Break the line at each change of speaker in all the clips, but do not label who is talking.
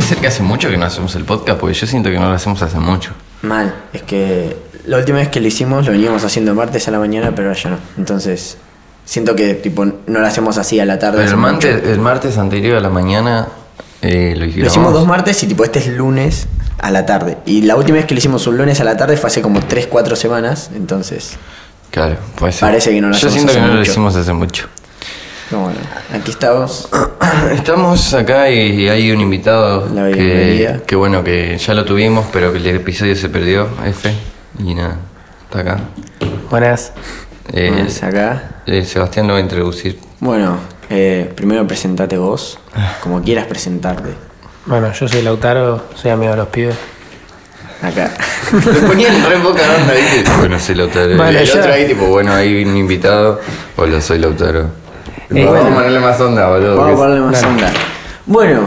ser que hace mucho que no hacemos el podcast, porque yo siento que no lo hacemos hace mucho.
Mal, es que la última vez que lo hicimos lo veníamos haciendo martes a la mañana, pero ahora ya no. Entonces, siento que tipo no lo hacemos así a la tarde.
Pero
hace
el martes,
mucho.
el martes anterior a la mañana eh, lo
Lo
hicimos.
hicimos dos martes y tipo este es lunes a la tarde. Y la última vez que lo hicimos un lunes a la tarde fue hace como 3, 4 semanas, entonces...
Claro, puede ser.
Parece que no lo
Yo
hacemos
siento que
hace
no lo
mucho.
hicimos hace mucho.
No, bueno, aquí estamos.
Estamos acá y hay un invitado
La
que,
bienvenida.
que bueno, que ya lo tuvimos, pero que el episodio se perdió, F, y nada, está acá.
Buenas.
Eh,
Vamos acá.
eh, Sebastián lo va a introducir.
Bueno, eh, primero presentate vos, como quieras presentarte.
Bueno, yo soy Lautaro, soy amigo de los pibes.
Acá.
Le ponían re poca onda, ¿viste? Bueno, soy Lautaro.
Bueno,
y el
ya-
otro ahí, tipo, bueno, ahí un invitado. Hola, soy Lautaro.
Eh,
Vamos a
bueno.
ponerle más onda, boludo.
Vamos a
porque-
ponerle más
Claro.
onda. Bueno.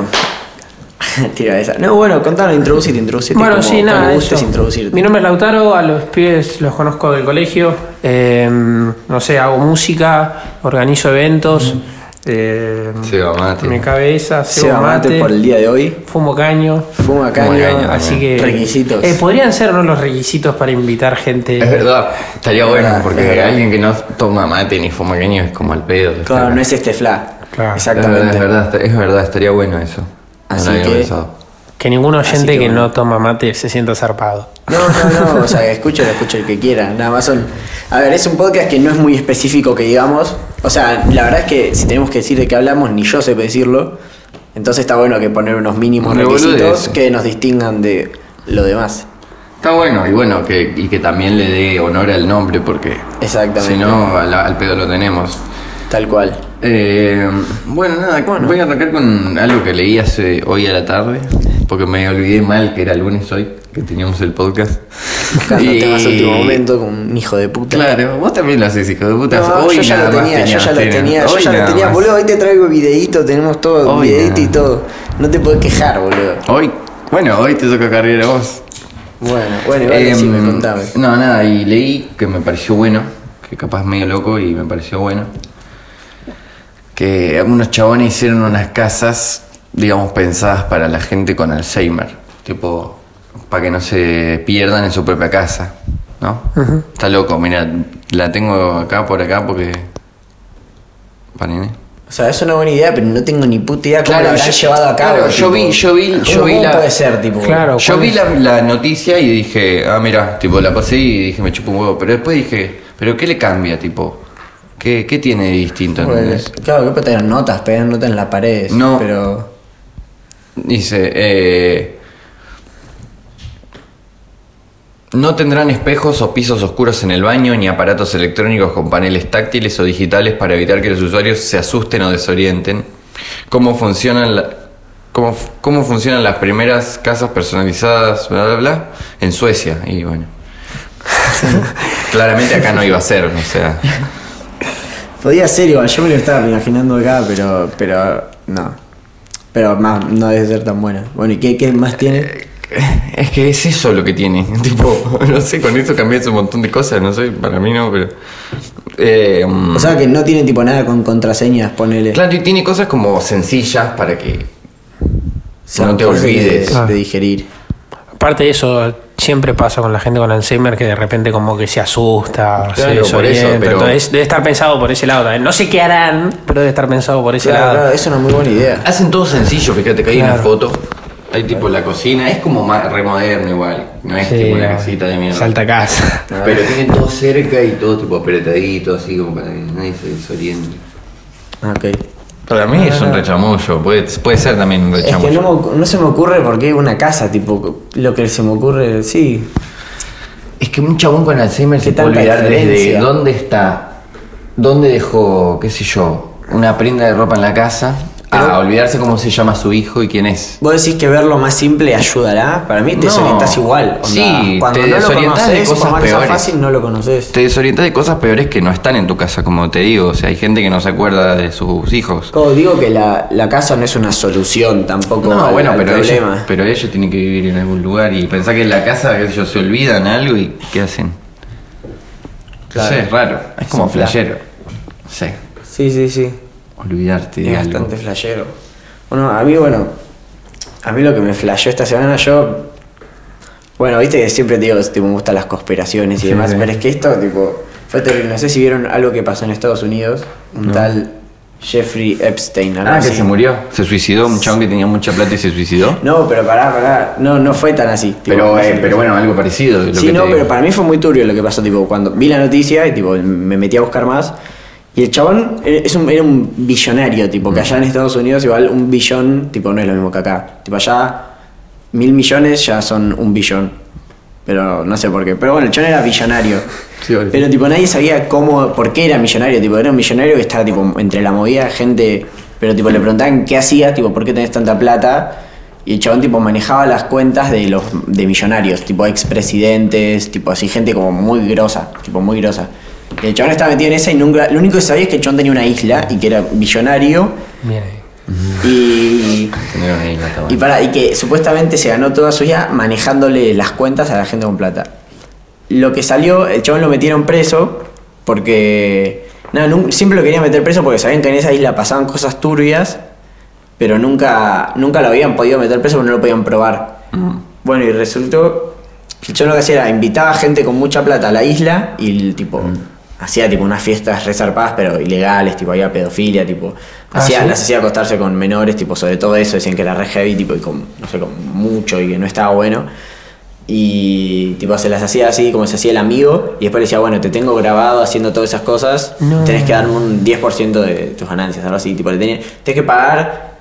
Tira esa. No, bueno, contanos, introducite, introducite.
Bueno,
como-
sí,
como
nada.
gustes
eso.
introducirte.
Mi nombre es Lautaro, a los pibes los conozco del colegio. eh, no sé, hago música, organizo eventos. eh,
Seba Mate.
Me cabeza,
Se
sebo
va
mate,
Mm. mate por el día de hoy.
fumo caño.
Fuma caña.
caña,
Así que.
Requisitos.
Eh, Podrían ser ¿no? los requisitos para invitar gente.
Es verdad, estaría
Es
bueno,
verdad,
porque
Ah, es verdad.
alguien que no toma mate ni fuma caño es como al pedo.
Claro, no es este fla.
Claro.
Exactamente.
Es verdad, es verdad, es verdad, estaría bueno eso. No
Así
lo había
que-
pensado.
Que ningún
Así
oyente
que
que,
bueno.
no toma mate se sienta zarpado.
No, no, no, o sea, escucha, escucha el que quiera, nada más son... A ver, es un podcast que no es muy específico que digamos, o sea, la verdad es que si tenemos que decir de qué hablamos, ni yo sé decirlo, entonces está bueno que poner unos mínimos
Me
requisitos
boludece.
que nos distingan de lo demás.
Está bueno, y bueno, que, y que también le dé honor al nombre, porque
Exactamente,
si no, al, al pedo lo tenemos.
tal cual.
Eh, bueno, nada, voy a arrancar con algo que leí hace hoy a la tarde, porque me olvidé mal que era lunes hoy, que teníamos el podcast.
Buscando temas a último momento con un hijo de puta.
Claro, vos también lo haces, hijo de puta.
No,
hoy
yo ya
nada
lo
más
tenía, yo
tenías,
ya lo
tenías.
tenía, yo
Hoy
ya lo
nada
tenía,
más.
boludo, hoy te traigo videíto, tenemos todo,
Hoy
videíto y
nada.
todo. No te podés quejar, boludo.
Hoy, bueno, hoy te toca carrera a vos.
Bueno, bueno, igual
Em,
decime, contame.
No, nada, y leí que me pareció bueno, que capaz medio loco y me pareció bueno. Que unos chabones hicieron unas casas, digamos, pensadas para la gente con Alzheimer. Tipo, para que no se pierdan en su propia casa, ¿no? Está loco, mira, la tengo acá por acá porque. Para
O sea, es una buena idea, pero no tengo ni puta idea cómo
Claro,
la habrán
yo-
llevado a cabo.
claro, yo
tipo.
vi- yo vi-
¿Cómo-
yo vi
cómo
la-
puede ser, tipo?
Claro.
Yo
¿cuál
vi
es?
la, la noticia y dije, ah, mira, tipo, la pasé y dije, me chupo un huevo. Pero después dije, ¿pero qué le cambia, tipo? ¿Qué, qué tiene de distinto?
Bueno,
entendés?
claro, que puede tener notas, pegar notas en las paredes.
No.
Pero.
Dice, eh, No tendrán espejos o pisos oscuros en el baño ni aparatos electrónicos con paneles táctiles o digitales para evitar que los usuarios se asusten o desorienten. Cómo funcionan, la- cómo, f- cómo funcionan las primeras casas personalizadas, bla, bla, bla, en Suecia. Y bueno. Claramente acá no iba a ser, o sea.
Podía ser igual, yo me lo estaba imaginando acá, pero. Pero. No. Pero más, no debe ser tan buena. Bueno, ¿y qué, qué más tiene?
Es que es eso lo que tiene. Tipo, no sé, con esto cambias un montón de cosas, no sé, para mí no, pero. Eh, mm,
O sea, que no tiene tipo nada con contraseñas, ponele.
claro, y tiene cosas como sencillas para que.
Sean
no te
fáciles
olvides.
De,
Ah.
de digerir.
Aparte de eso, siempre pasa con la gente con Alzheimer que de repente como que se asusta, se
Claro, por eso,
desorienta.
pero-
Entonces debe estar pensado por ese lado también. No sé qué harán, pero debe estar pensado por ese
Claro,
lado.
claro, es una muy buena idea.
Hacen todo sencillo, fíjate que hay una
Claro.
foto. Hay tipo la cocina, es como más remoderno igual. No es tipo una casita de mierda.
Salta casa.
Pero tienen todo cerca y todo tipo apretadito, así como para que nadie se desoriente.
Ah, Ok.
Para mí es un rechamullo, puede, puede ser también un
Es
rechamullo.
que no, me ocu- no se me ocurre porque una casa, tipo, lo que se me ocurre, sí.
Es que un chabón con Alzheimer se
¿Qué
puede
tanta
olvidar desde
diferencia?
dónde está, dónde dejó, qué sé yo, una prenda de ropa en la casa, a olvidarse cómo se llama su hijo y quién es.
Vos decís que verlo más simple ayudará. Para mí te
No.
desorientas igual. onda,
Sí,
cuando
te
no lo
desorientás de
conoces,
cosas
por más que sea
peores.
fácil, no lo conoces.
Te desorientas de cosas peores que no están en tu casa, como te digo. O sea, hay gente que no se acuerda de sus hijos.
Como Oh, digo que la, la casa no es una solución tampoco
No,
al,
Ah, bueno,
al
pero ellos,
problema.
pero ellos tienen que vivir en algún lugar y pensar que en la casa, qué sé yo, se olvidan algo y ¿qué hacen?
Claro.
No sé, es raro. Es como
un flash.
flashero. Sí,
Sí, sí, sí.
olvidarte de
Es
algo.
bastante flashero. Bueno, a mí, bueno, A mí lo que me flasheó esta semana, yo. Bueno, viste que siempre te digo que tipo, me gustan las conspiraciones y demás,
sí.
pero es que esto, tipo, fue terrible. No sé si vieron algo que pasó en Estados Unidos, un tal Jeffrey Epstein. algo
Ah, que
así.
se murió. Se suicidó, un chabón que tenía mucha plata y se suicidó.
No, pero pará, pará. No, no fue tan así. tipo,
Pero,
no
eh,
sé.
pero bueno, algo parecido. es lo
Sí,
que te
no,
digo.
pero para mí fue muy turbio lo que pasó, tipo, cuando vi la noticia y tipo, me metí a buscar más. Y el chabón era- es un, era un billonario, tipo,
Mm.
que allá en Estados Unidos igual un billón, tipo, no es lo mismo que acá. Tipo, allá mil millones ya son un billón. Pero no sé por qué. Pero bueno, el chabón era billonario.
Sí, obvio.
pero tipo, nadie sabía cómo, por qué era millonario, tipo, era un millonario que estaba tipo entre la movida, gente. Pero tipo, le preguntaban qué hacías, tipo, por qué tenés tanta plata. Y el chabón tipo manejaba las cuentas de los de millonarios, tipo expresidentes, tipo así, gente como muy grosa, tipo muy grosa. Y el chabón estaba metido en esa y nunca. Lo único que sabía es que el chabón tenía una isla y que era millonario.
Bien ahí.
Y.
Tener una isla está
Y
bueno.
para, y que supuestamente se ganó toda su vida manejándole las cuentas a la gente con plata. Lo que salió, el chabón lo metieron preso porque. Nada, nun- siempre lo querían meter preso porque sabían que en esa isla pasaban cosas turbias, pero nunca, nunca lo habían podido meter preso porque no lo podían probar. Bueno, y resultó. que El chabón lo que hacía era invitaba gente con mucha plata a la isla y el tipo. Hacía tipo unas fiestas resarpadas pero ilegales, tipo había pedofilia, tipo.
Ah,
Hacía,
¿sí?
las hacía acostarse con menores, tipo, sobre todo eso, decían que era re heavy, tipo, y con, no sé, con mucho y que no estaba bueno. Y tipo se las hacía así, como se hacía el amigo, y después le decía, bueno, te tengo grabado haciendo todas esas cosas,
No.
tenés que darme un 10% de tus ganancias, algo así, tipo, le tenía, tenés que pagar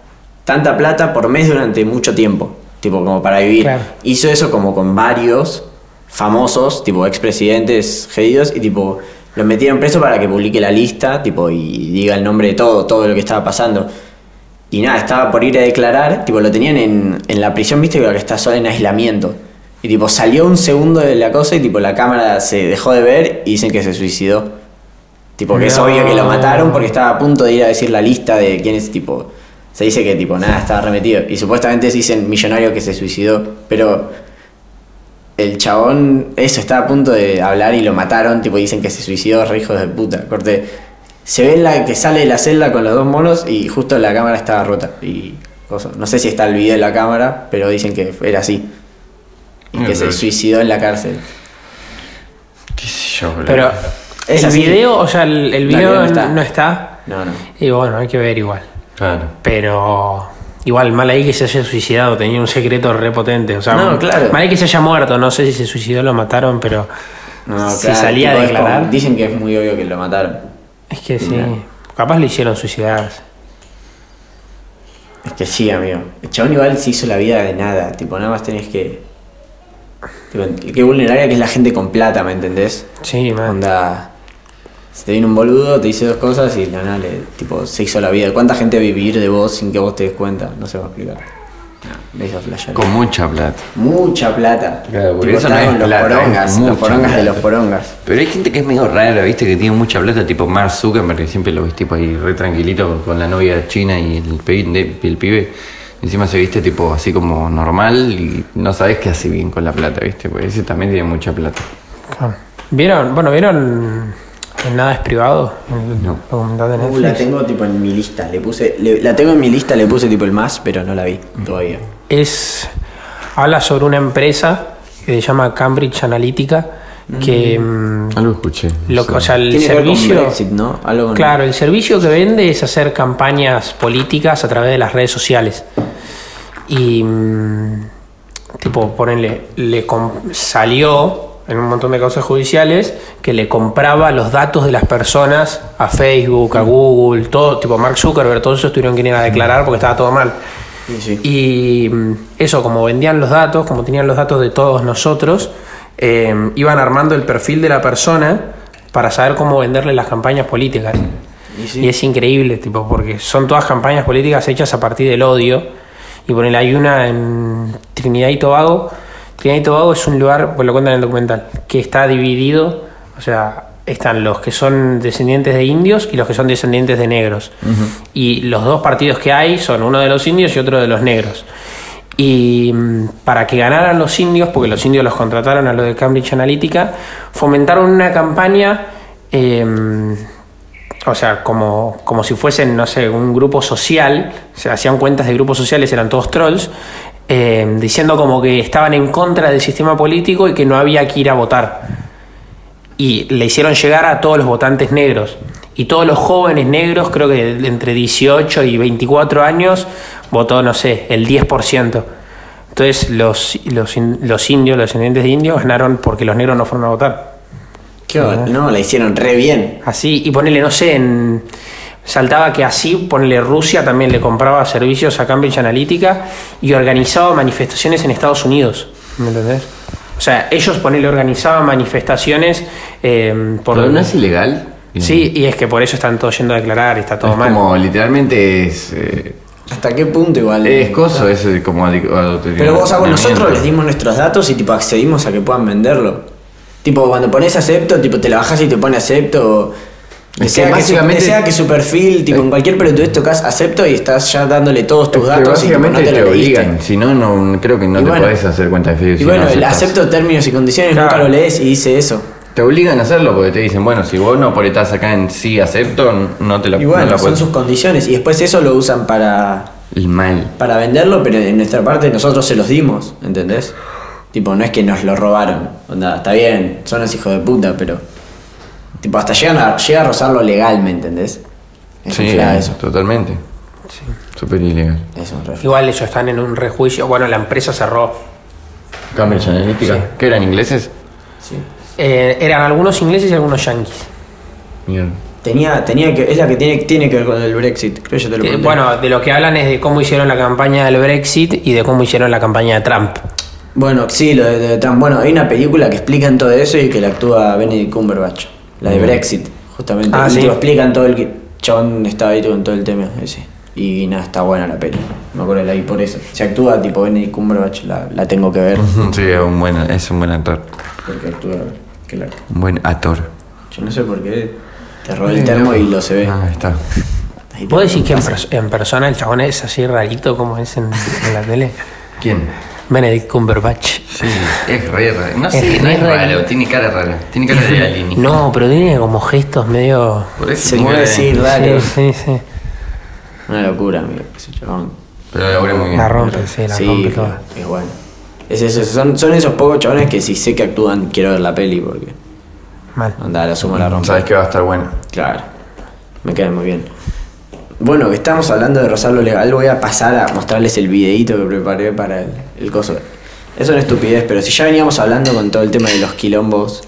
tanta plata por mes durante mucho tiempo, tipo, como para vivir.
Claro.
Hizo eso como con varios famosos, tipo, expresidentes gedidos, y tipo, los metieron preso para que publique la lista, tipo, y diga el nombre de todo, todo lo que estaba pasando. Y nada, estaba por ir a declarar, tipo, lo tenían en, en la prisión, viste, que está sola en aislamiento. Y tipo, salió un segundo de la cosa y tipo, la cámara se dejó de ver y dicen que se suicidó. Tipo, que es
No.
obvio que lo mataron porque estaba a punto de ir a decir la lista de quién es, tipo, se dice que tipo, nada, estaba remetido. Y supuestamente dicen millonario que se suicidó, pero el chabón, eso, estaba a punto de hablar y lo mataron, tipo, dicen que se suicidó, re hijos de puta, corte. Se ve la que sale de la celda con los dos monos y justo la cámara estaba rota. Y cosa. no sé si está el video de la cámara, pero dicen que era así. Y que
Ok.
se suicidó en la cárcel.
Qué sé yo, boludo.
Pero,
Es
¿el
así.
video? O sea, el, el
No, el
video
video
no
no
está.
está.
No,
No,
no.
no.
Y bueno, hay que ver igual.
Claro.
Pero. Igual, mal ahí que se haya suicidado, tenía un secreto repotente. O sea,
No, claro.
mal ahí que se haya muerto, no sé si se suicidó lo mataron, pero.
No,
si
claro,
salía a
tipo, es
declarar.
como- dicen que es muy obvio que lo mataron.
Es que sí.
Mirá.
Capaz lo hicieron suicidarse.
Es que sí, amigo. El chabón igual se hizo la vida de nada. Tipo, nada más tenés que. Tipo, qué vulnerable que es la gente con plata, ¿me entendés?
Sí, man.
Onda. Se te viene un boludo, te dice dos cosas y la nada le, tipo, se hizo la vida. ¿Cuánta gente va a vivir de vos sin que vos te des cuenta? No se va a explicar. No, me hizo flashear.
Con mucha plata.
Mucha plata.
Claro, porque
Tipo,
eso no
estaba
es
con los
plata, es
porongas, los
mucha
porongas de
plata.
los porongas.
Pero hay gente que es medio rara, viste, que tiene mucha plata, tipo Mark Zuckerberg, que siempre lo ves tipo ahí re tranquilito con la novia china y el, pi- de- el pibe. Encima se viste tipo así como normal y no sabes qué hace bien con la plata, viste, porque ese también tiene mucha plata.
Ah.
Claro. ¿Vieron? Bueno, ¿vieron en Nada es privado? El
No.
documental de
Uh,
Netflix.
la tengo tipo en mi lista, le puse. le- la tengo en mi lista, le puse tipo el más, pero no la vi
Mm.
todavía.
es habla sobre una empresa que se llama Cambridge Analytica que mm,
No lo escuché.
lo que- o sea, el
Ah, Tiene que ver con
servicio
Brexit, ¿no? Algo con-
claro el servicio que vende es hacer campañas políticas a través de las redes sociales y mm, tipo ponenle le com- salió en un montón de causas judiciales que le compraba los datos de las personas a Facebook a Google todo tipo Mark Zuckerberg todos esos tuvieron que ir a declarar porque estaba todo mal
Sí, sí.
y mm, eso, como vendían los datos, como tenían los datos de todos nosotros, eh, iban armando el perfil de la persona para saber cómo venderle las campañas políticas.
Y sí.
Y es increíble, tipo, porque son todas campañas políticas hechas a partir del odio. Y ponen, hay una en Trinidad y Tobago. Trinidad y Tobago es un lugar, pues lo cuentan en el documental, que está dividido, o sea, están los que son descendientes de indios y los que son descendientes de negros. Y los dos partidos que hay son uno de los indios y otro de los negros. Y mm, para que ganaran los indios, porque los indios los contrataron a los de Cambridge Analytica, fomentaron una campaña em, o sea, como, como si fuesen, no sé, un grupo social, se hacían cuentas de grupos sociales, eran todos trolls, eh, diciendo como que estaban en contra del sistema político y que no había que ir a votar. Y le hicieron llegar a todos los votantes negros. Y todos los jóvenes negros, creo que de entre 18 y 24 años, votó, no sé, el 10%. Entonces los, los, in- los indios, los descendientes de indios, ganaron porque los negros no fueron a votar.
Qué bueno. No, la hicieron re bien.
Así, y ponele, no sé, en- saltaba que así, ponele, Rusia también le compraba servicios a Cambridge Analytica y organizaba manifestaciones en Estados Unidos. ¿Me entendés? O sea, ellos, ponele, organizaban manifestaciones eh, por...
¿Pero no es ilegal?
Sí, y es que por eso están todos yendo a declarar y está todo
Es
mal.
como literalmente es. eh,
¿Hasta qué punto igual?
es coso, es eh, como. adic-
Pero vos, Agus, nosotros les
adoctrinamiento.
dimos nuestros datos y tipo accedimos a que puedan venderlo. Tipo, cuando pones acepto, tipo te la bajas y te pone acepto. o
que
Desea que, su,
básicamente-
desea que su perfil, tipo en cualquier pelotudez tocas acepto y estás ya dándole todos tus
Pero
datos.
básicamente
y, tipo,
te,
no lo leíste.
obligan, si no, no creo que no
Y
te
bueno,
podés hacer cuenta de Facebook.
Y
si
bueno,
no
el
aceptás.
acepto términos y condiciones
Claro.
nunca lo lees y dice eso.
Te obligan a hacerlo porque te dicen, bueno, si vos no apretás acá en sí acepto, no te la,
Y bueno,
no la
son
podés-
sus condiciones y después eso lo usan para,
El mal.
para venderlo, pero en nuestra parte nosotros se los dimos, ¿entendés? Tipo, no es que nos lo robaron. Onda, está bien, son los hijos de puta, pero. Tipo, hasta llegan a, llega a rozarlo legal, ¿me entendés? Es un
Sí,
fla- eso.
totalmente.
Sí.
Súper ilegal.
Es un re-
Igual ellos están en un rejuicio. Bueno, la empresa cerró.
Cambridge Analytica. ¿Qué eran ingleses?
Eh, eran algunos ingleses y algunos yanquis.
Mierda.
Tenía, tenía que, es la que tiene, tiene que ver con el Brexit, creo que yo te lo
Eh,
conté.
bueno, de lo que hablan es de cómo hicieron la campaña del Brexit y de cómo hicieron la campaña de Trump.
Bueno, sí, lo de, de Trump. Bueno, hay una película que explican todo eso y que la actúa Benedict Cumberbatch, la de
Mm.
Brexit, justamente.
Ah,
y
sí.
tipo, explican todo el que. Chabón estaba ahí con todo el tema ese. Y nada, está buena la peli. Me acuerdo de la vi por eso. Si actúa tipo Benedict Cumberbatch, la, la tengo que ver.
Sí, es un buen, es un buen actor.
Porque actúa. que la-
Un buen actor.
Yo no sé por qué. Te robó el termo y lo se ve.
Ah, está.
Ahí
¿Vos
te-
decís que en, pers- en persona el chabón es así rarito como es en, en la tele?
¿Quién?
Benedict Cumberbatch.
Sí, es re raro. No
Es
sé, no
re
es
raro.
raro. Tiene cara rara. Tiene cara de alienígena.
No, pero tiene como gestos medio...
Por eso
Se
tiene
puede
cara de-
decir. Raro.
Sí, sí, sí.
Una locura, amigo. Ese chabón.
Pero la abre muy bien.
La rompe, sí, la rompe toda.
es bueno. Es eso, son, son esos pocos chabones que si sé que actúan quiero ver la peli porque.
Mal.
Anda, la suma la rompe.
Sabes que va a estar bueno.
Claro. Me cae muy bien. Bueno, que estamos hablando de Rosaldo Legal, voy a pasar a mostrarles el videito que preparé para el, el coso. Es una estupidez, pero si ya veníamos hablando con todo el tema de los quilombos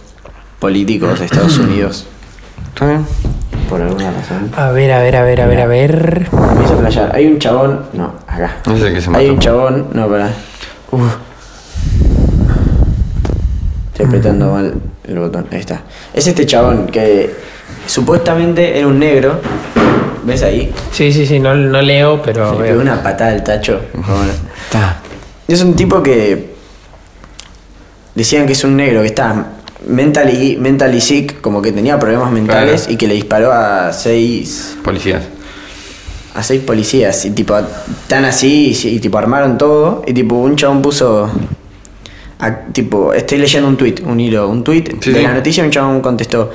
políticos de Estados Unidos,
¿Está bien?
por alguna razón.
A ver, a ver, a ver, a ver, a ver.
Me hizo flashear. Hay un chabón. No, acá.
No sé qué se
Hay un
mató.
chabón. No, pará.
Uf.
Estoy apretando mal el botón. Ahí está. Es este chabón que supuestamente era un negro. ¿Ves ahí?
Sí, sí, sí, no, no leo, pero
Le
veo.
pegó una patada al tacho. Bueno.
Está.
Es un tipo que decían que es un negro que está mentally, mentally sick, como que tenía problemas mentales
Claro.
y que le disparó a seis
Policías.
a seis policías y tipo tan así y, y, tipo armaron todo y tipo un chabón puso a- tipo estoy leyendo un tweet, un hilo, un tweet
Sí,
de
sí.
la noticia un chabón contestó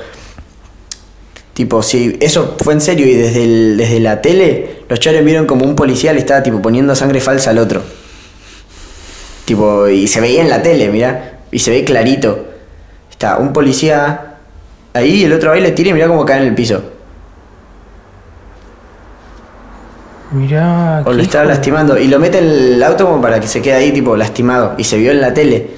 Tipo, si eso fue en serio y desde, el- desde la tele, los chavales vieron como un policía le estaba tipo poniendo sangre falsa al otro. Tipo, y se veía en la tele, mirá. Y se ve clarito. Está un policía ahí y el otro ahí le tira y mirá cómo cae en el piso. O
Mirá. Ah, qué
lo estaba
hijo-
lastimando. Y lo mete en el auto como para que se quede ahí, tipo, lastimado. Y se vio en la tele.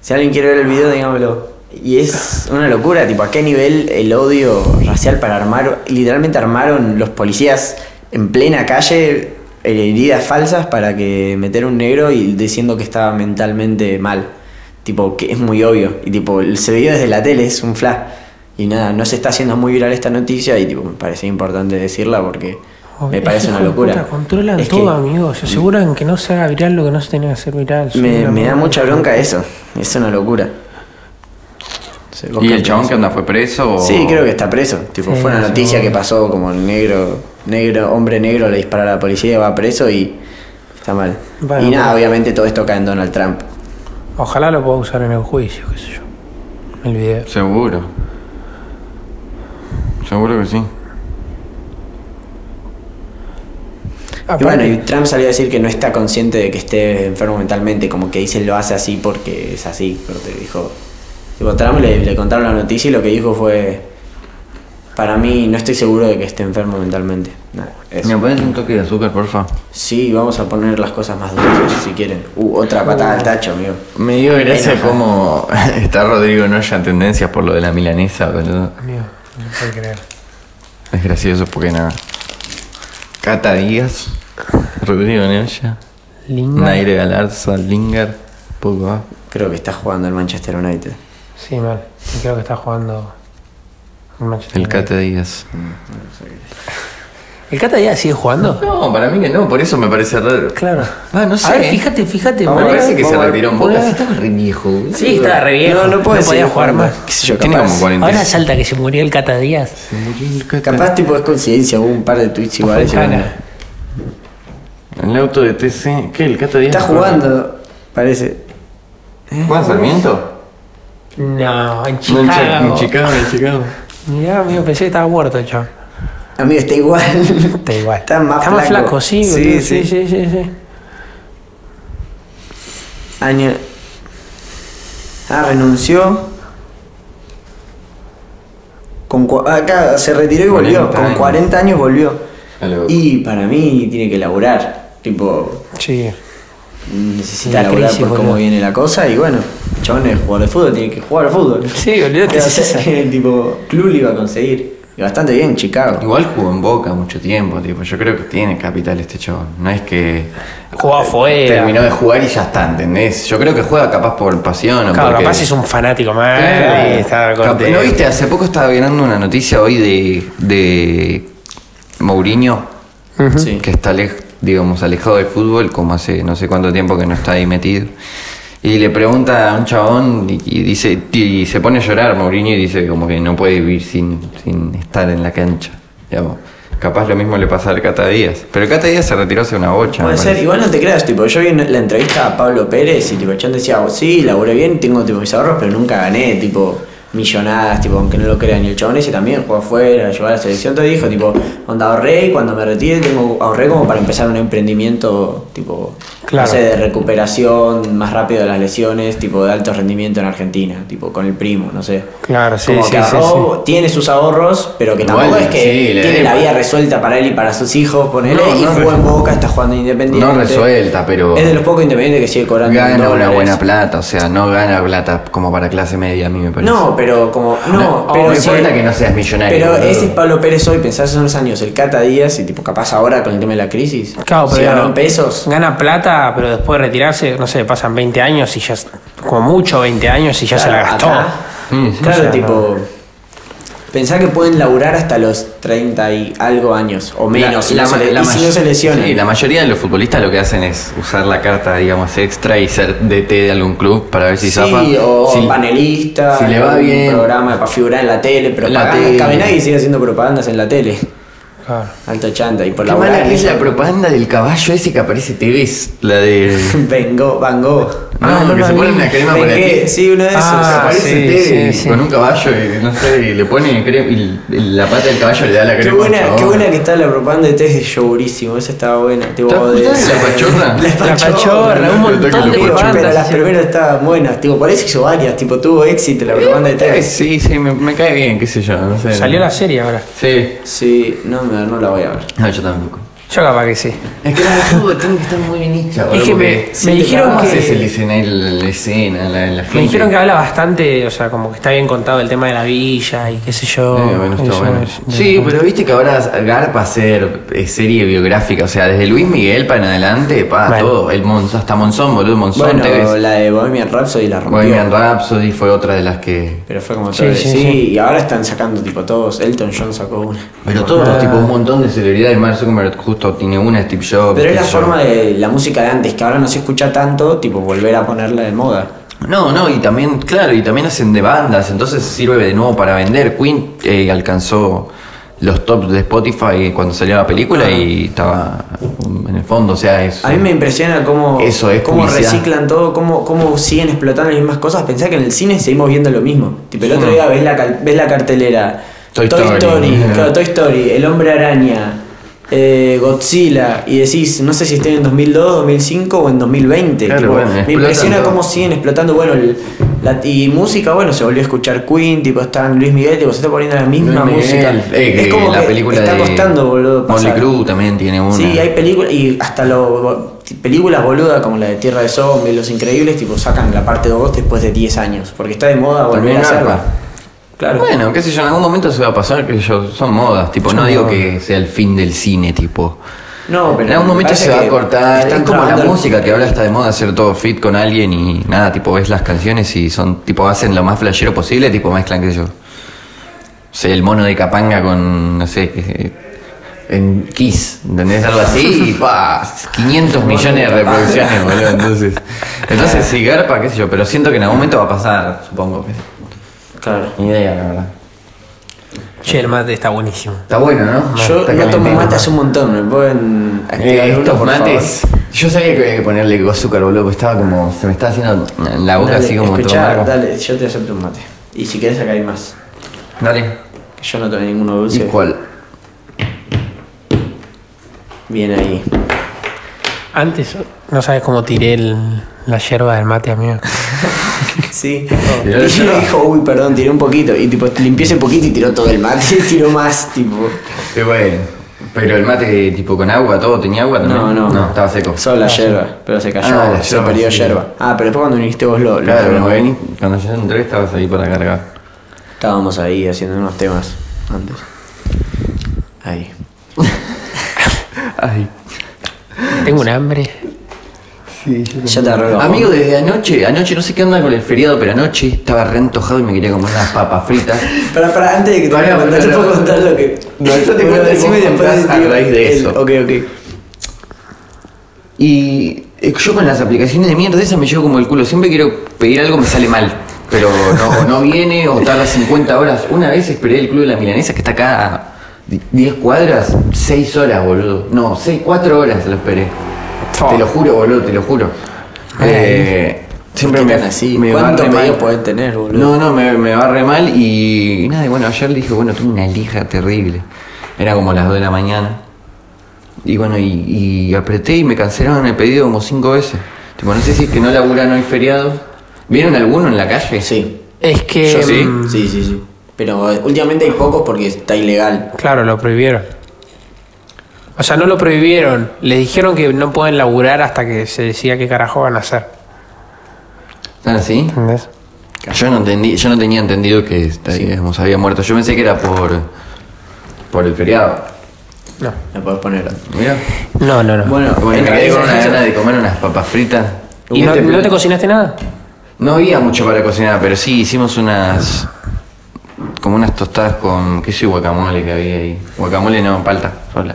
Si alguien quiere ver el video, digámoslo. Y es una locura, tipo, a qué nivel el odio racial para armar. Literalmente armaron los policías en plena calle eh, heridas falsas para que meter un negro y diciendo que estaba mentalmente mal. Tipo, que es muy obvio. Y tipo, se vio desde la tele, es un flash. Y nada, no se está haciendo muy viral esta noticia y tipo, me parece importante decirla porque me
Estos
parece una
hijos Oh, de
locura.
puta controlan
Es que
todo, amigos. Se aseguran que no se haga viral lo que no se tenía que hacer viral. Son
me,
una
me da
mierda.
mucha bronca eso. Es una locura. No sé, ¿vos
¿Y
qué
el chabón
opinás?
que anda fue preso? o-
Sí, creo que está preso. Tipo,
Sí,
fue una
sí,
noticia
bueno.
que pasó como negro, negro, hombre negro le dispara a la policía, va preso y está mal.
Bueno,
y nada,
bueno.
obviamente todo esto cae en Donald Trump.
Ojalá lo pueda usar en el juicio, qué sé yo. El video.
Seguro. Seguro que sí.
Y bueno, y Trump salió a decir que no está consciente de que esté enfermo mentalmente, como que dice lo hace así porque es así, pero te dijo... Tipo, Trump le, le contaron la noticia y lo que dijo fue... Para mí no estoy seguro de que esté enfermo mentalmente. Nada, eso.
¿Me pones un toque de azúcar, porfa?
Sí, vamos a poner las cosas más dulces si quieren. Uh, otra patada al tacho, amigo.
Me dio gracia
Enoja.
cómo está Rodrigo Noya en tendencias por lo de la milanesa, boludo.
Amigo, no puedo creer.
Es gracioso porque nada. Cata Díaz, Rodrigo Noya,
Linda.
Naire Galarza, Lingar, poco más.
Creo que está jugando el Manchester United.
Sí, mal. Y Creo que está jugando. en Manchester
El
United.
Cata Díaz.
¿El Cata ya sigue jugando?
No, para mí que no, por eso me parece raro.
Claro.
Ah, no sé.
A ver, fíjate, fíjate.
Me
boludo.
parece que se
vamos a ver,
retiró en
vamos a
boca.
ver.
Sí, estaba re viejo. boludo.
Sí, estaba re viejo.
No, no, puede
podía jugar más.
Qué sé yo,
Tiene
capaz.
como 40.
Ahora salta que se murió el Cata Díaz.
Se murió el Cata.
Capaz tipo es coincidencia, hubo un par de tweets iguales. y
Ojalá.
bueno.
En el auto de TC. ¿Qué? ¿El Cata Díaz?
Está jugando, parece.
¿Juega Sarmiento?
No, en
No, en Chi-
Chicago.
en Chicago, en Chicago.
Mirá, amigo, pensé que estaba muerto el chaval.
Amigo, está igual.
Está igual.
Está más
Está
flaco.
sí,
Sí, sí.
boludo. Sí, sí, sí, sí.
Año. Ah, renunció. Con cua- acá se retiró y volvió.
40
Con
años.
40 años volvió.
A lo-
Y para mí tiene que laburar. Tipo,
Sí.
necesita
La
Mm, laburar
crisis,
por cómo
boludo.
viene la cosa. Y bueno, el chabón es jugador de fútbol, tiene que jugar al fútbol.
Sí, olvídate.
O sea, que, tipo, club le iba a conseguir. Y bastante bien, Chicago.
Igual jugó en Boca mucho tiempo, tipo. Yo creo que tiene capital este chabón. No es que
Jugaba afuera.
Eh, terminó de jugar y ya está, ¿entendés? Yo creo que juega capaz por pasión o
Claro,
porque...
capaz es un fanático más.
Claro.
y está
Cap-
contento.
Eh, ¿No viste? Hace poco estaba viendo una noticia hoy de, de Mourinho,
Sí.
que está ale- digamos, alejado del fútbol, como hace no sé cuánto tiempo que no está ahí metido. Y le pregunta a un chabón y, y dice, y se pone a llorar Mourinho y dice como que no puede vivir sin, sin estar en la cancha. digamos. Capaz lo mismo le pasa al Cata Díaz. Pero Cata Díaz se retiró hace una bocha.
Puede
me
ser,
parece.
igual no te creas, tipo, yo vi en la entrevista a Pablo Pérez y tipo, el chabón decía, sí, laburé bien, tengo tipo mis ahorros, pero nunca gané, tipo, millonadas, tipo, aunque no lo crean. Y el chabón ese también jugó afuera, llegó a la selección, todo y dijo, tipo, onda ahorré y cuando me retire tengo, ahorré como para empezar un emprendimiento, tipo,
Claro.
no sé, de recuperación más rápido de las lesiones, tipo, de alto rendimiento en Argentina, tipo, con el primo, no sé.
Claro, sí,
Como
sí,
que
sí,
ahorró, tiene sus ahorros, pero que tampoco
Igual,
es que
sí, le-
tiene la vida resuelta para él y para sus hijos, ponele,
No,
y
no,
jugó
re-
en Boca, está jugando en independiente.
No resuelta, pero...
Es de los pocos independientes que sigue cobrando. en
Gana una
dólares.
buena plata, o sea, no gana plata como para clase media, a mí me parece.
No, pero como. No,
No, oh,
pero.
no
sí-
importa que no seas millonario,
Pero
boludo.
ese es Pablo Pérez hoy, pensás hace unos años, el Cata Díaz, y tipo, capaz ahora con el tema de la crisis.
Claro,
si
pero-
ganó en pesos.
Gana plata, pero después de retirarse, no sé, pasan 20 años y ya, como mucho 20 años y ya se la
Claro,
gastó.
acá.
Sí, sí,
claro,
o sea,
tipo. Pensá que pueden laburar hasta los 30 y algo años, o menos, y, no se
ma-
le- y si
ma-
no se lesionan.
Sí, la mayoría de los futbolistas lo que hacen es usar la carta, digamos, extra y ser DT de algún club para ver si
Sí,
zafa.
o
Sí.
panelista,
Si le va
algún
bien.
programa para figurar en la tele, propaganda.
tele.
Cabenagui sigue haciendo propagandas en la tele.
Claro.
Alto chanta, y por
Qué
la
mala que es la propaganda del caballo ese que aparece TV, la de...
Vengo, Van Gogh.
No,
Ah, no
que
la
se
vi.
pone una crema para
Vengué,
ti.
Sí, uno de esos.
Que
Ah,
aparece
sí,
Tevez
sí, sí.
con un caballo y no sé, y le pone crema y l- la pata del caballo le da la
Qué
crema. al
buena,
chabón.
qué buena que está la propaganda de test de yogurísimo, esa estaba buena. Tipo,
¿Te
de,
acordás de la pachorra?
La
La
pachorra,
pachorra, un
Pero está que
montón de
lo
Tipo,
pachorra.
pero
bandas.
las primeras estaban buenas, tipo, por eso hizo varias, tipo, tuvo éxito la propaganda de
Eh,
test.
Sí, sí, me, me cae bien, qué sé yo, no sé.
Salió la serie ahora.
Sí.
Sí, no, no, no la voy a ver.
No, yo tampoco.
Yo capaz que sí.
Es que la de fútbol tiene que estar muy bien hecha, boludo,
Es que
porque
me,
sí,
me
te
dijeron
¿cómo
clavas
que.
haces el escenario, la, la escena, la, la gente?
Me dijeron que habla bastante, o sea, como que está bien contado el tema de la villa y qué sé yo.
Eh, bueno, está
Eso
bueno.
es-
Sí, pero viste que ahora Garpa hacer eh, serie biográfica, o sea, desde Luis Miguel para en adelante, pa,
Bueno.
todo, el Monzón, hasta Monzón, boludo, Monzón,
Bueno,
te ves.
la de Bohemian Rhapsody la rompió.
Bohemian Rhapsody fue otra de las que...
Pero fue como
Sí,
todo de-
sí,
sí,
sí.
y ahora están sacando tipo todos. Elton John sacó una.
Pero todos,
Ah.
tipo, un montón de celebridades, Mark Zuckerberg justo tiene una, Steve Jobs.
Pero es la
qué sé yo.
forma de la música de antes, que ahora no se escucha tanto, tipo volver a ponerla de moda.
No, no, y también, claro, y también hacen de bandas, entonces sirve de nuevo para vender. Queen eh, alcanzó los tops de Spotify cuando salió la película y estaba um, en el fondo, o sea, es...
Ah. A mí me impresiona cómo,
Eso es
cómo
publicidad.
reciclan todo, cómo, cómo siguen explotando las mismas cosas. Pensá que en el cine seguimos viendo lo mismo. Tipo, el otro día ves la, cal- ves la cartelera.
Toy Story.
claro, Toy Story, El Hombre Araña. eh, Godzilla y decís, no sé si estén en 2002, 2005 o en 2020.
Claro,
tipo,
bueno,
me
explotan
impresiona
todo.
cómo siguen explotando. Bueno, el- la, y música, bueno, se volvió a escuchar Queen, tipo, están Luis Miguel, tipo, se está poniendo la misma
Luis Miguel,
música.
eh, que
es como
la
que
película
está
de
costando, boludo.
Motley
pasar.
Crue también tiene una.
Sí, hay películas, y hasta lo, películas boludas como la de Tierra de Zombies, Los Increíbles, tipo, sacan la parte 2 después de 10 años, porque está de moda volver a
Terminar.
hacerla. Claro.
Bueno, qué sé yo, en algún momento se va a pasar, que yo, son modas, tipo, no digo que sea el fin del cine, tipo.
no, pero
en algún momento
parece
se va a
que
cortar. Es
están
como la
trabajando-
música que ahora está de moda hacer todo fit con alguien y nada, tipo ves las canciones y son, tipo, hacen lo más flashero posible, tipo mezclan que yo. sé, el mono de Capanga con, no sé, eh, en Kiss, ¿entendés? Algo así y pa, 500 millones de reproducciones, boludo. Entonces, entonces sí, garpa, qué sé yo, pero siento que en algún momento va a pasar, supongo.
Claro.
Ni idea, la verdad.
Che, el mate está buenísimo.
Está bueno, ¿no?
Yo
Está
no tomo
calentito.
mate hace un montón, me pueden
Eh,
activar uno,
estos
por
mates. Yo sabía que había que ponerle azúcar, boludo, porque estaba como. Se me estaba haciendo en la
favor.
boca
Dale,
así como
escuchá,
tomar.
Dale, yo te acepto un mate. Y si querés acá hay más.
Dale.
Que yo no tomé ninguno
¿Y
dulce.
cuál?
Bien ahí.
Antes, no sabes cómo tiré el- la yerba del mate, amigo.
Sí.
Mirá,
Y yo
yo-
dijo, uy, perdón, tiré un poquito. Y tipo, limpié ese poquito y tiró todo el mate. Y tiró más, tipo.
Qué Eh, bueno. Pero el mate tipo con agua, todo, tenía agua también.
No, no.
No, estaba seco.
Solo la yerba, pero se cayó,
Ah, la
se
yerba,
perdió
sí.
yerba. Ah, pero después cuando viniste vos lo, lo
Claro, cuando,
arreglamos.
vení, cuando yo entré estabas ahí para cargar.
Estábamos ahí haciendo unos temas antes. Ahí.
Ay.
Tengo un hambre.
Ya te arreglo.
Amigo, desde anoche, anoche no sé qué onda con el feriado, pero anoche estaba re antojado y me quería comer unas papas fritas.
Para, para, antes de que te
Pará,
vaya a contar,
pará,
te puedo
pará.
contar lo que.
No, yo te
Bueno,
cuento y
decime
vos
después
contás a
digo
raíz de
el-
eso.
Ok, ok.
Y eh, yo con las aplicaciones de mierda esas me llevo como el culo. Siempre quiero pedir algo, me sale mal. Pero no, o no viene o tarda 50 horas. Una vez esperé el club de la milanesa que está acá a 10 cuadras, 6 horas, boludo. No, 6, 4 horas lo esperé. Te lo juro, boludo, te lo juro. Eh, siempre
¿Qué
me,
tan así?
me va
¿Cuántos
re
pedidos
mal.
podés tener, boludo?
No, no, me, me va re mal y nada, y bueno, ayer le dije, bueno, tuve una lija terrible. Era como las 2 de la mañana. Y bueno, y, y apreté y me cancelaron el pedido como cinco veces. Tipo, no sé si es que no laburan hoy feriado. ¿Vieron alguno en la calle?
Sí.
Es que.
Yo sí.
mm,
Sí, sí, sí. Pero eh, últimamente hay pocos porque está ilegal.
Claro, lo prohibieron. O sea, no lo prohibieron. Les dijeron que no pueden laburar hasta que se decía qué carajo van a hacer.
¿Están así?
¿Entendés?
Yo no entendí, yo no tenía entendido que digamos, había muerto. Yo pensé que era por, por el feriado.
No.
La podés poner.
Mira.
No, no, no.
Bueno,
Bueno,
en
me quedé
realidad
con una
es eso.
gana de comer unas papas fritas.
¿Y no,
Este
no
plan-
te cocinaste nada?
No había mucho para cocinar, pero sí hicimos unas. como unas tostadas con. qué sé, guacamole que había ahí. Guacamole no, palta, sola.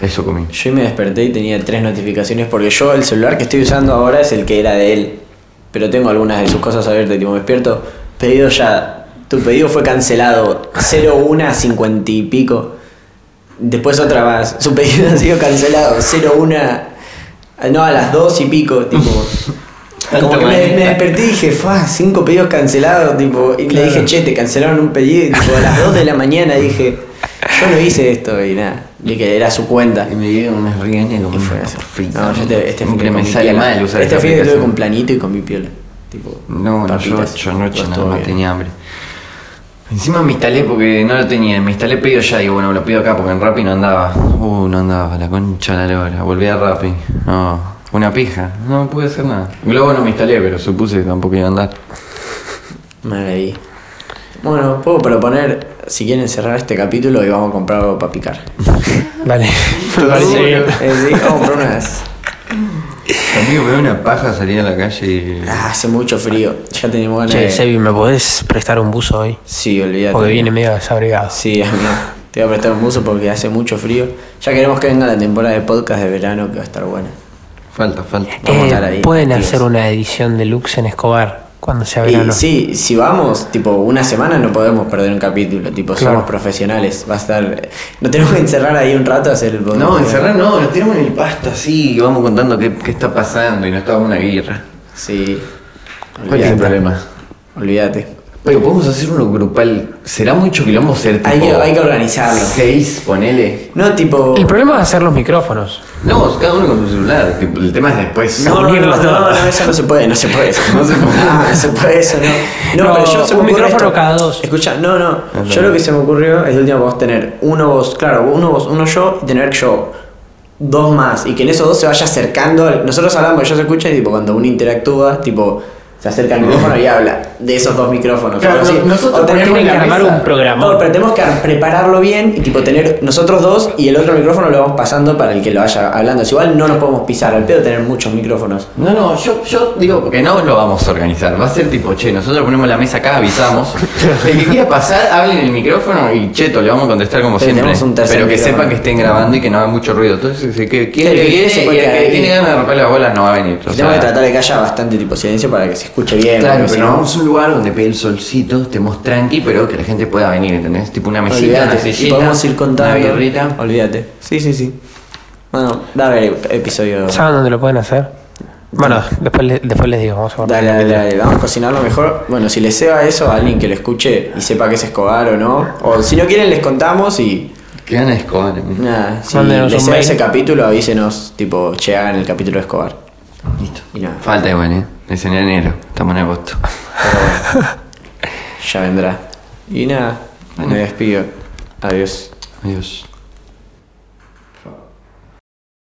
Eso comí.
Yo hoy me desperté y tenía tres notificaciones porque yo el celular que estoy usando ahora es el que era de él. Pero tengo algunas de sus cosas abiertas, tipo, me despierto, pedido ya, tu pedido fue cancelado, 0150 y pico. Después otra más, su pedido ha sido cancelado, 01, no, a las 2 y pico, tipo. Como que me, me desperté y dije, fa, cinco pedidos cancelados, tipo, y le dije, che, te cancelaron un pedido, y tipo, a las 2 de la mañana dije, yo no hice esto, y nada, vi que era su cuenta.
Y me dieron unas riñones como
Fue
unas
así.
papas fritas.
No, yo este, este fin
Siempre
de
me
comí
sale
piola.
mal usar
Este
esta
fin de estuve
aplicación.
con planito y con mi piola. Tipo,
No, no, yo,
papitas. Pues
yo anoche
Todo
nada más
bien.
tenía hambre. Encima me instalé porque no lo tenía, me instalé pedido ya, digo, bueno, lo pido acá porque en Rappi no andaba. Uh, no andaba, la concha de la lora, volví a Rappi. No, una pija, no pude hacer nada. Globo no me instalé, pero supuse que tampoco iba a andar.
Mal ahí. Bueno, puedo proponer, si quieren cerrar este capítulo y vamos a comprar algo para picar.
Vale.
Me parece bien.
Eh, sí, vamos a comprar unas.
Amigo, me da una paja salir a la calle y...
Ah, hace mucho frío. Ya tenemos ganas
Che,
de.
Sebi, ¿me podés prestar un buzo hoy?
Sí, olvídate.
Porque viene medio desabrigado.
Sí, amigo. Te voy a prestar un buzo porque hace mucho frío. Ya queremos que venga la temporada de podcast de verano que va a estar buena.
Falta, falta.
Vamos a estar
Eh,
ahí,
Pueden
activos.
hacer una edición deluxe en Escobar cuando sea
Y
verano.
sí, si vamos, tipo, una semana no podemos perder un capítulo, tipo,
Claro.
somos profesionales, va a estar... No tenemos que encerrar ahí un rato a hacer el
No, encerrar no, nos tiramos en el pasto así y vamos contando qué, qué está pasando y nos estamos en una guerra.
Sí.
¿Cuál es el
Olvídate.
problema?
Olvídate.
Pero podemos hacer uno grupal. Será mucho quilombo ser tipo.
Hay que- hay que organizarlo.
Seis, ponele.
No tipo.
El problema es hacer los micrófonos.
No, cada uno con su celular. tipo, El tema es después.
No, no, no,
Unirlos
no,
todos.
no, eso no se puede, no se puede. No se puede, no se puede eso, no. No,
No,
pero yo se me ocurre
un micrófono
esto.
cada dos.
Escucha, no, Ah, no. Yo lo que se me ocurrió es de última vos tener uno vos, claro, uno vos, uno yo, y tener yo dos más. Y que en esos dos se vaya acercando. al- Nosotros hablamos, yo se escucha, y tipo cuando uno interactúa, tipo se acerca al micrófono y habla de esos dos micrófonos.
Claro,
algo así.
nosotros
O tener
ponemos
Tienen que
la
armar
mesa.
un programa.
no, pero tenemos que prepararlo bien y tipo tener nosotros dos y el otro micrófono lo vamos pasando para el que lo vaya hablando. Es igual no nos podemos pisar, al pedo tener muchos micrófonos.
No, no, yo, yo digo porque no lo vamos a organizar. Va a ser tipo, che, nosotros ponemos la mesa acá, avisamos. El que quiera pasar, hable en el micrófono y cheto, le vamos a contestar como
Pero
siempre.
tenemos un tercer
Pero que
micrófono.
sepa que estén grabando y que no haga mucho ruido. Entonces, el que quiere,
El que
viene,
se
y
puede
el
quedar
que
ahí.
tiene ganas de romper las bolas no va a venir. O
tenemos
sea,
que tratar de que haya bastante tipo silencio para que se escuche bien.
Claro,
porque
pero
si
nos vamos a un lugar donde pegue el solcito, estemos tranqui, pero que la gente pueda venir, ¿entendés? Tipo una mesita, una
olvídate. Y
sillita,
podemos ir contando.
una birrita.
Olvídate. Sí, sí, sí. Bueno, dale episodio.
¿Saben dónde lo pueden hacer? Bueno, después, le- después les digo, vamos a guardar.
Dale, dale, dale, vamos a cocinarlo mejor. Bueno, si les ceba eso a alguien que lo escuche y sepa que es Escobar o no. O si no quieren les contamos y
Qué ganas de escobar, eh. amigo.
Nada, si
Mándenos
les
un
sea
mail.
ese capítulo, avísenos, tipo, che, hagan el capítulo de Escobar.
Listo.
Y nada,
Falta igual, ¿eh? Es en enero, estamos en agosto.
ya vendrá. Y nada, me despido. Adiós.
Adiós.